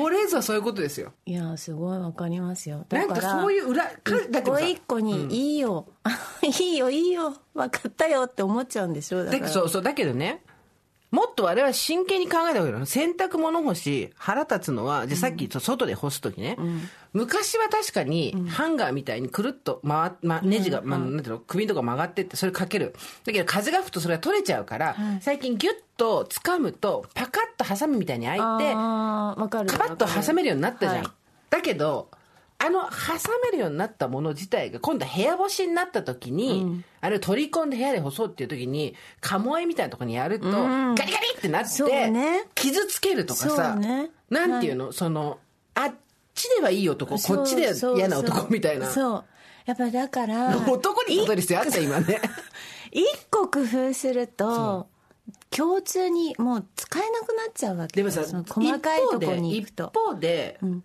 これぞそういうことですよ
いやすごいわかりますよ
な
だ
ん
か
からそういう裏かだけ
一
ど
個
さ
一個に「いいよ、 いいよいいよ分かったよ」って思っちゃうんでしょだか
だ
ら
そうそうだけどねもっと我々は真剣に考えた方がいいの洗濯物干し腹立つのはじゃあさっきそう外で干す時ね、昔は確かにハンガーみたいにくるっと回っ、ま、ネジが、まあ、なんていうの首のとか曲がってってそれかけるだけど風が吹くとそれが取れちゃうから、最近ギュッと掴むとパカッとハサミみたいに開いて
あーわかる
カバッと挟めるようになったじゃん、
はい
だけどあの挟めるようになったもの自体が今度部屋干しになった時に、あれを取り込んで部屋で干そうっていう時にカモエみたいなとこにやると、ガリガリってなっ
そう
て、
ね
傷つけるとかさ、
そうね
なんていうの、そのあっちではいい男こっちで
そうそ
は
う
嫌な男みたいな
そうそうやっぱだから
男に戻る必要あった今 ね
一個工夫すると共通にもう使えなくなっちゃうわけ
でもさ
その細かいとこに行くと
一方で一方で、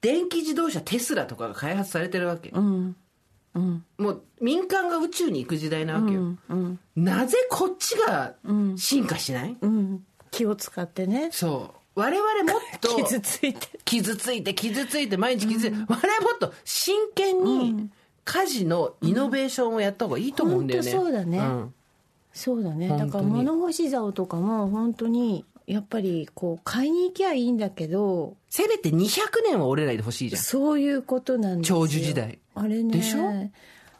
電気自動車テスラとかが開発されてるわけ、
うん
もう民間が宇宙に行く時代なわけよ、なぜこっちが進化しない、
うん気を使ってね
そう我々もっと
傷ついて
傷ついて傷ついて毎日傷ついて、我々もっと真剣に家事のイノベーションをやった方がいいと思うんだよね、
うん本当そうだね
ん
そうだね
本当
だ
に
から物干し竿とかも本当にやっぱりこう買いに行きゃいいんだけど
せめて200年は折れないでほしいじゃん
そういうことなんですよ
長寿時代
あれね
でしょ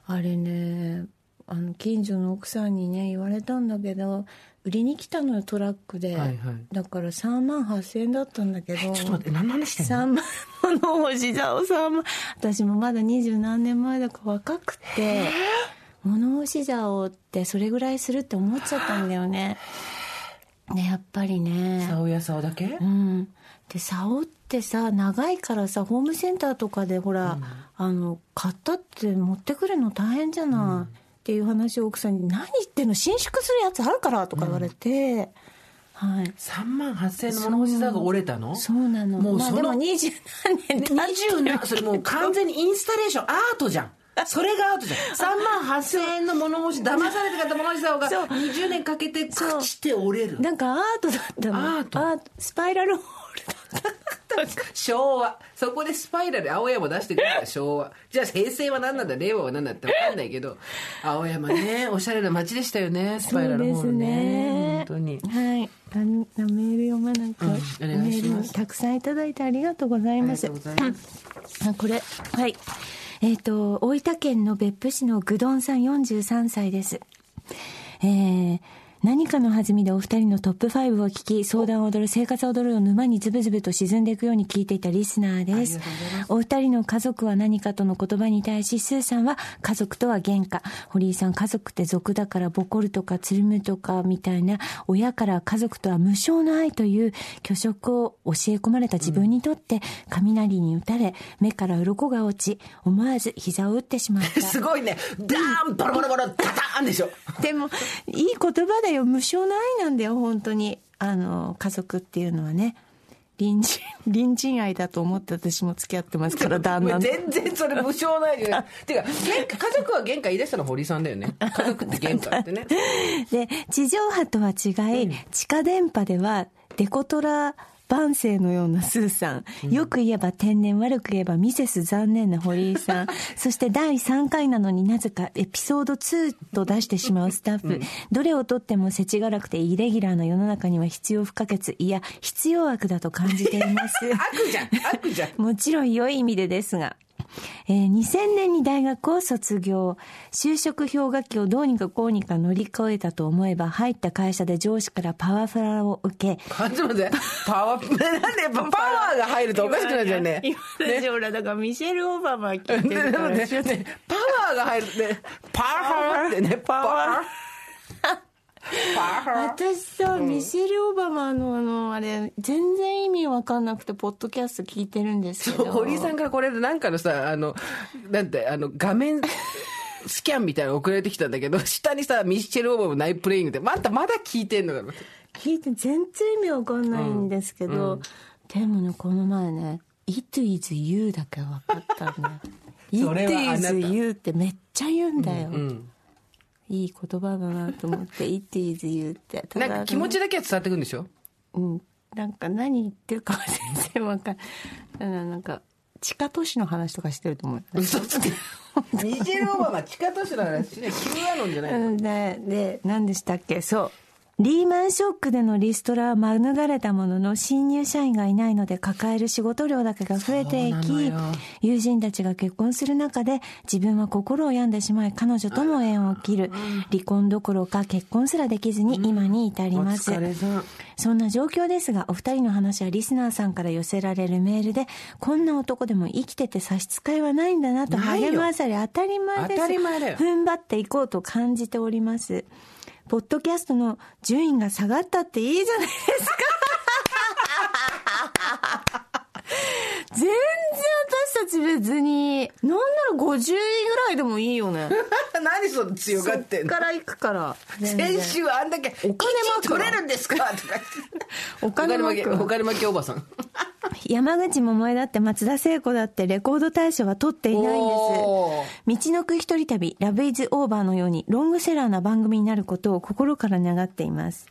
あれねあの近所の奥さんにね言われたんだけど売りに来たのよトラックで、
はいはい
だから3万8000円だったんだけど
ちょっと待って何の話してんの
3万物干し竿3万私もまだ二十何年前だから若くて物干し竿ってそれぐらいするって思っちゃったんだよね
ねやっぱりね
竿や竿だけ、
うんで竿ってさ長いからさホームセンターとかでほら、あの買ったって持ってくるの大変じゃない、っていう話を奥さんに「何言ってんの伸縮するやつあるから」とか言われて、はい
3万8000円の物干し竿が折れたの
そうなの
もう
まあ
そ
で
の、
も二十 何年経ってる
20年それもう完全にインスタレーションアー トじゃんそれがアートじゃん3万8000円の物干し騙されて買った物干し竿が
そう
20年かけて朽ちて折れる
なんかアートだったの
アート
スパイラルホールだった
昭和そこでスパイラル青山出してくるから昭和じゃあ平成は何 なんだ令和は何なんだって分かんないけど青山ねおしゃれな街でしたよねスパイラルホールね
そ
本当
う
に
ですねはいあのメール読まないと、
うんお願いし
メー
ます
ルたくさんいただいてありがとうござい
あり
ま
が
す
とうござ います
あこれはいえっ、と大分県の別府市のぐどんさん43歳ですえー何かの弾みでお二人のトップ5を聞き、相談を踊る、生活を踊るを沼にズブズブと沈んでいくように聞いていたリスナーです。お二人の家族は何かとの言葉に対し、スーさんは家族とは喧嘩。堀井さん、家族って俗だからボコるとかつるむとかみたいな、親から家族とは無償の愛という虚職を教え込まれた自分にとって、雷に打たれ、目から鱗が落ち、思わず膝を打ってしまった。
すごいねダーンバラバラバラダターンでしょ
でもいい言葉だよ無償の愛なんだよ本当にあの家族っていうのはね隣人隣人愛だと思って私も付き合ってますから旦那の
全然それ無償ない じゃないていうか喧嘩家族は喧嘩言い出したの堀井さんだよ ね家族って喧嘩ってね
で地上波とは違い、地下電波ではデコトラ万世のようなスーさん、よく言えば天然悪く言えばミセス残念な堀井 さんそして第3回なのになぜかエピソード2と出してしまうスタッフ、どれをとっても世知辛くてイレギュラーな世の中には必要不可欠いや必要悪だと感じてい ます
悪じゃん悪じゃん
もちろん良い意味でですが。えー2000年に大学を卒業就職氷河期をどうにかこうにか乗り越えたと思えば入った会社で上司からパワフラを受け
あちょっと待ってパワー なんでやっぱパワーが入るとおかしくなっちゃうね
今私ほらだからミシェル・オバマ聞いて
でで
るか
も
ら
ねねパワーが入るとねパワハラってねパワハラパワハラ
私さ、ミシェル・オバマのあのあれ全然意味わかんなくてポッドキャスト聞いてるんですけど
堀井さんからこれでなんかのさあのなんてあの画面スキャンみたいなの送られてきたんだけど下にさミッシェル・オバマのナイプレイングってまたまだ聞いてんのかな
聞いて全然意味わかんないんですけど、でもねこの前ね「It is you」だけ分かったね「
それ
It
はあなた
is you」ってめっちゃ言うんだよ、いい言葉だなと思って「It is you」ってた
なんか気持ちだけは伝わってくるんでしょ
うんなんか何言ってるかは全然わかんないうんなんか地下都市の話とかしてると思う
嘘つけミシェル・オバマ地下都市の話しない Q アノンじゃないの
うんでで何でしたっけそうリーマンショックでのリストラは免れたものの新入社員がいないので抱える仕事量だけが増えてい
そう
き
なのよ
友人たちが結婚する中で自分は心を病んでしまい彼女とも縁を切る離婚どころか結婚すらできずに今に至り
お
ます、
疲れさん
そんな状況ですが、お二人の話はリスナーさんから寄せられるメールで、こんな男でも生きてて差し支えはないんだなと
ないよ
励まされ、当たり前です。
当たり前だよ
踏ん張っていこうと感じております。ポッドキャストの順位が下がったっていいじゃないです か。全然私たち別に、なんなら50位ぐらいでもいいよね。
何その強がって
そ
ん
っ
の
から行くから。全然
先週あんだけ「
お
お金
金
も
も
取れるんですか?」とか
お金も
お金お金負けおばさん
山口百恵だって松田聖子だってレコード大賞は取っていないん
お
です道のく一人旅ラブイズオーバーのようにロングセラーな番組になることを心から願っています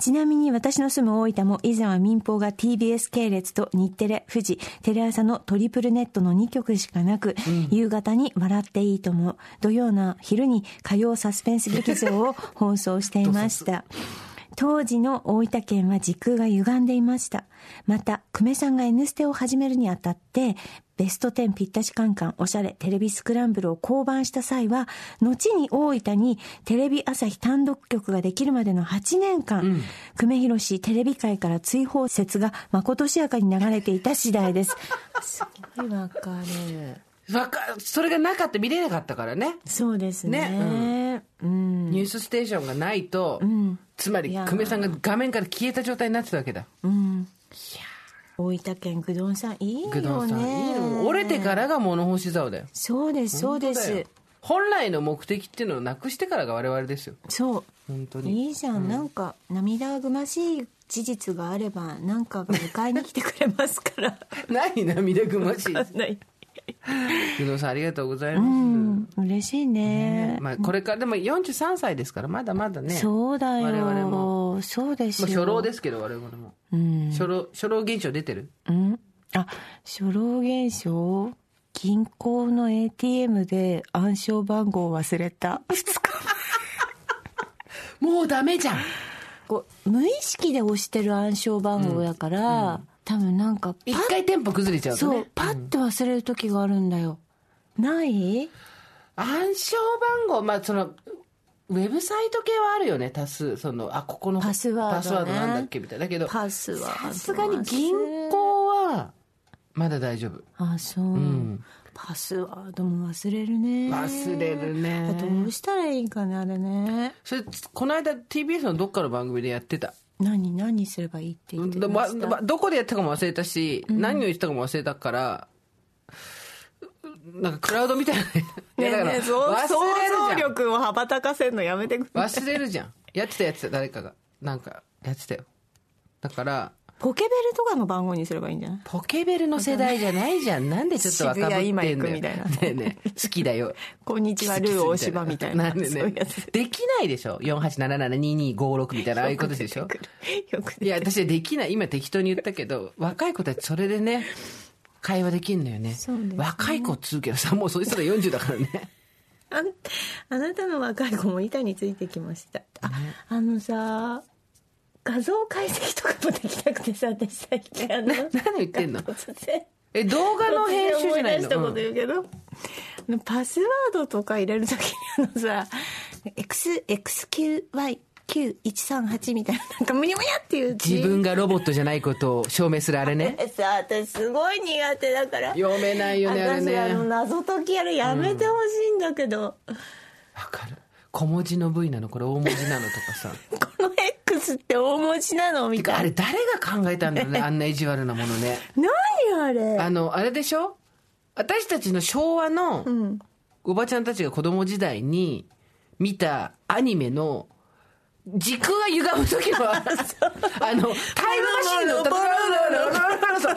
ちなみに私の住む大分も以前は民放が TBS 系列と日テレ富士テレ朝のトリプルネットの2局しかなく、夕方に「笑っていいとも」土曜の昼に火曜サスペンス劇場を放送していました当時の大分県は時空が歪んでいました。また、久米さんが N ステを始めるにあたって、ベスト10ぴったしカンカンおしゃれテレビスクランブルを降板した際は、後に大分にテレビ朝日単独局ができるまでの8年間、久米宏氏テレビ界から追放説がまことしやかに流れていた次第です。すごいわかる。
わかそれがなかった見れなかったからね
そうですね。
ねニュースステーションがないと、つまり
いやー
久米さんが画面から消えた状態になってたわけだ
大分県ぐどんさんいいよね
工藤さんいいの折れてからが物干し竿だよ
そうですそうで
本当だ
す
よ本来の目的っていうのをなくしてからが我々ですよ
そう
本当に
いいじゃん、なんか涙ぐましい事実があればなんかが迎えに来てくれますから
何涙ぐましい
ない
工藤さんありがとうございます、
うん嬉しいね
まあ、これからでも43歳ですからまだまだね
そうだよ
我々も、
そうです
まあ、
よ、
初老ですけど我々も、
うん
初老初老現象出てる
うんあ初老現象銀行の ATM で暗証番号を忘れ た
もうダメじゃん
こう無意識で押してる暗証番号だから、多分なんかパ
一
ッ
回テンポ崩れちゃうと
そ
ね
うパッと忘れる時があるんだよ、ない
暗証番号まあそのウェブサイト系はあるよね多数そのあここの
パスワードね
パスワードなんだっけみたいなだけど
パスは
さすがに銀行はまだ大丈夫
あそう、
ん
パスワードも忘れるね
忘れるね
あどうしたらいいんかねあれね
それこの間 TBS のどっかの番組でやってた
何何すればいいって言ってました、
どまどこでやったかも忘れたし、何を言ったかも忘れたからなんかクラウドみたいないやだから
そう
忘れるじゃん
力を羽ばたかせるのやめてくい
忘れるじゃんやってたやってた誰かがなんかやってたよだから
ポケベルとかの番号にすればいいんじゃない
ポケベルの世代じゃないじゃんなんでちょっと若ぶってんだよ
渋谷今行くみたいな
ねえねえ好きだよ
こんにちはルー大芝みたいな
なんで
そういう
ね
やつ
できないでしょ48772256みたいなああいうことでしょ
よく出てくるよく出てくる
いや私はできない今適当に言ったけど若い子たちそれでね会話できるのよね
そうですね
若い子っつうけどさもうそいつら40だから ね
あんあなたの若い子も板についてきましたああのさ画像解析とかもできなくてさ私最近あの
何言ってんの
突然
え動画の編集じゃない
突然思い出した
の、
こと言うけど、あのパスワードとか入れるときにあのさ XXQYQ138 みたいななんかむにゃむにゃっていう字
自分がロボットじゃないことを証明するあれ ね
えさ私すごい苦手だから
読めないよねあれね
私あの謎解きやるやめてほしいんだけど、
わかる小文字の部位なのこれ大文字なのとかさ
この X って大文字なのみ
てか
た
あ
い
れ誰が考えたん だろうねあんな意地悪なものね
な何あれ
あのあれでしょ私たちの昭和のおばちゃんたちが子供時代に見たアニメの時空が歪む時はあのタイムマシン乗った時のタイムマシン乗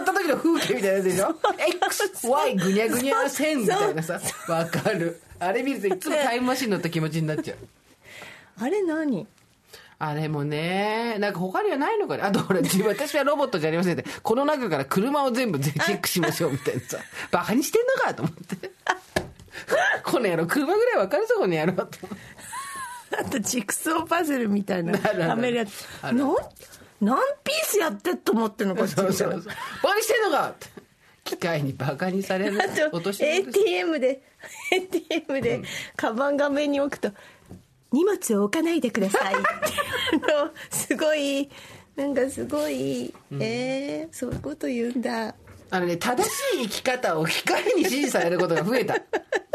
った時の風景みたいなやつでしょ XY ぐにゃぐにゃ線みたいなさわかるあれ見るといつもタイムマシン乗った気持ちになっちゃう
あれ何
あれもね、なんか他にはないのかね。あとほら、自分私はロボットじゃありませんって、 この中から車を全部チェックしましょうみたいなさ、 バカにしてんのかと思って。 この野郎、車ぐらいわかるぞ、この野郎と。
あとジクソーパズルみたいな
あるある
はめるやつ
あ
なん
る
何ピースやってっと思ってんのこっち
そう
みた
そ
いうな
そう。 バカにしてんのかって。機械にバカにさ れる
あと
落としてるんです
ATM で ATM でカバン画面に置くと「荷物を置かないでく ださい」ってあのすごいなんかすごい、えーそういうこと言うんだ
あのね、正しい生き方を機械に指示されることが増 えた。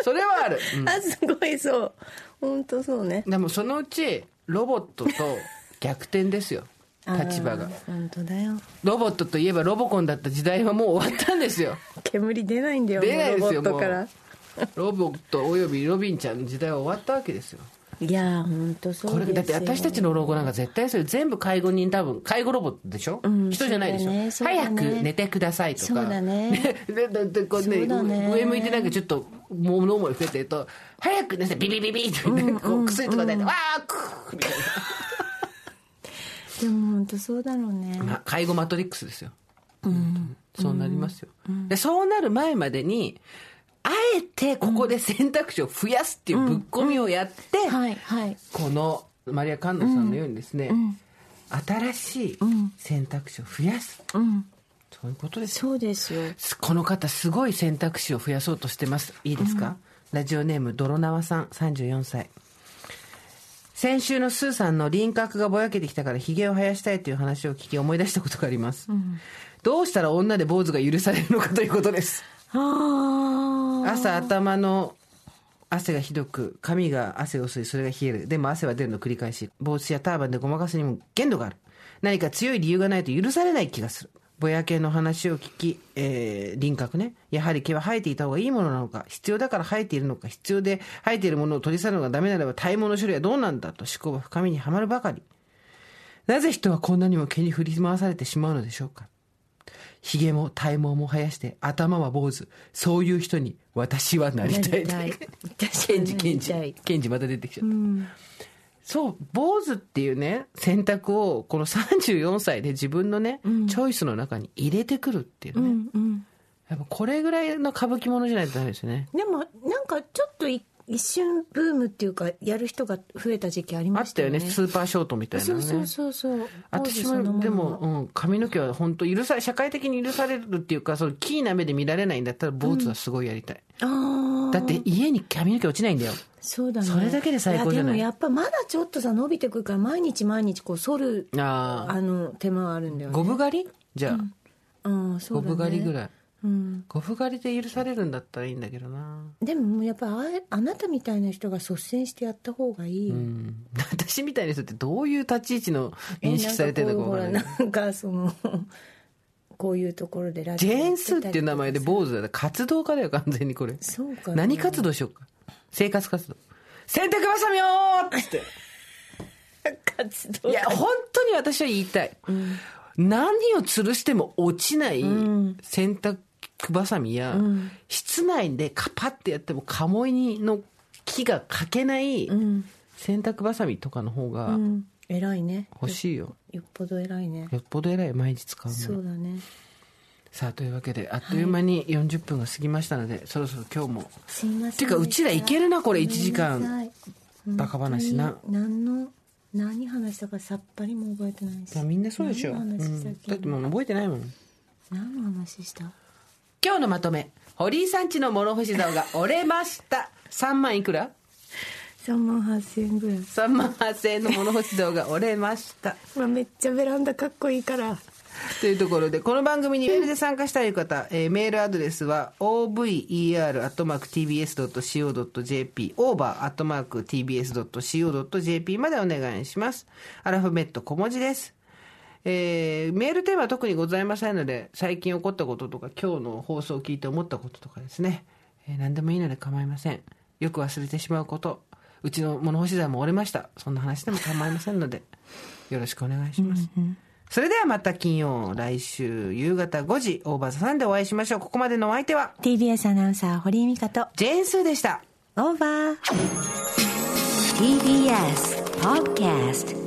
それはある。うん
あすごいそう本当そうね
でもそのうち、ロボットと逆転ですよ。立場が。
本当だよ
ロボットといえばロボコンだった時代はもう終わったん ですよ。
煙出ないんだよ
出ないですよ
も
も
うロボット
う
から
ロボットおよびロビンちゃんの時代は終わったわけですよ
いやー本当そう
こ
です
れ
よ
だって私たちの老後なんか絶対それ全部介護人多分介護ロボットでしょ、
ん
人じゃないでしょ、
そうだねそうだね
早く寝てくださいとか
そうだね
でででこうね
そうだね
上向いてなんかちょっと物思い増えてると早く寝てビビビビってこう薬とか出て、わーくーみたい
でも本当そうだろうね、
な、まあ、介護マトリックスですよ、そうなりますよ、でそうなる前までにあえてここで選択肢を増やすっていうぶっ込みをやって、
はいはい
このマリア・カンナさんのようにですね、新しい選択肢を増やす、そういうことですよ
そうですよ
すこの方すごい選択肢を増やそうとしてますいいですか、ラジオネーム泥縄さん34歳先週のスーさんの輪郭がぼやけてきたからヒゲを生やしたいという話を聞き思い出したことがあります、どうしたら女で坊主が許されるのかということです
ああ
朝頭の汗がひどく髪が汗を吸いそれが冷えるでも汗は出るの繰り返し帽子やターバンでごまかすにも限度がある何か強い理由がないと許されない気がするぼや系の話を聞き、えー輪郭ねやはり毛は生えていた方がいいものなのか必要だから生えているのか必要で生えているものを取り去るのがダメならば体毛の種類はどうなんだと思考は深みにはまるばかりなぜ人はこんなにも毛に振り回されてしまうのでしょうかひげも体毛も生やして頭は坊主そういう人に私はなりたい
なり
ケンジケンジ
なりたい
ケンジまた出てきちゃった、そう坊主っていうね選択をこの34歳で自分のね、チョイスの中に入れてくるっていうね、やっぱこれぐらいの歌舞伎ものじゃないとダメですよね
でもなんかちょっとい一瞬ブームっていうかやる人が増えた時期あり
あ
ま
っ
したた
よ
よ
ね
ね
スーパーショートみたいな
そう
ね
そうそうそう
私
王子そのも
も
の
でも、うん、髪の毛は本当許さ社会的に許されるっていうかそのキーな目で見られないんだったら坊主はすごいやりたい、
ああ
だって家に髪の毛落ちないんだよ
そうだね
それだけで最高じゃない
やでもやっぱまだちょっとさ伸びてくるから毎日毎日こう剃る
ああ
あの手間はあるんだよね
五分狩りじゃあ、
うんそう
五
だね
分狩りぐらい
うん
五分狩りで許されるんだったらいいんだけどな
でももうやっぱああなたみたいな人が率先してやった方がいい、
うん 私みたいな人ってどういう立ち位置の
え
認識されてるのか分からな
ないんかこうほらなんかその こういうところでラ
ジ
オ
ェ
や
ー
たり
ンスーっていう名前で坊主だから活動家だよ完全にこれ
そうかな
何活動しようか生活活動洗濯ばさみよーっつって
活動
いや本当に私は言いたい、何を吊るしても落ちない洗濯ばさみや、室内でカパってやってもカモイの木がかけない洗濯ばさみとかの方が
うん偉いね
欲しいよ、
よっぽど偉いね
よっぽど偉い毎日使うの
そうだね
さあというわけであっという間に40分が過ぎましたので、そろそろ今日も
すいません
ていうかうちらいけるなこれ1時
ごめんな
間
さい本当に
バカ話な
何の何話したかさっぱりも覚えてないし
いやみんなそうでしょ、
何の話
う
したっ
ん
け、
だってもう覚えてないもん
何の話した
今日のまとめ堀井さんちの諸星竿が折れました 3万いくら
3万8000円ぐらい、
3万8000円の諸星竿が折れました
まあ、めっちゃベランダかっこいいから
というところでこの番組にメールで参加したい方、えーメールアドレスは over.tbs.co.jp over.tbs.co.jp までお願いしますアルファベット小文字ですえーメールテーマは特にございませんので最近起こったこととか今日の放送を聞いて思ったこととかですね、えー何でもいいので構いませんよく忘れてしまうことうちの物干し座も折れましたそんな話でも構いませんのでよろしくお願いしますそれではまた金曜来週夕方5時オーバーザさんでお会いしましょうここまでのお相手は
TBS アナウンサー堀井美香と
ジェーンスーでした
オーバー
TBS Podcast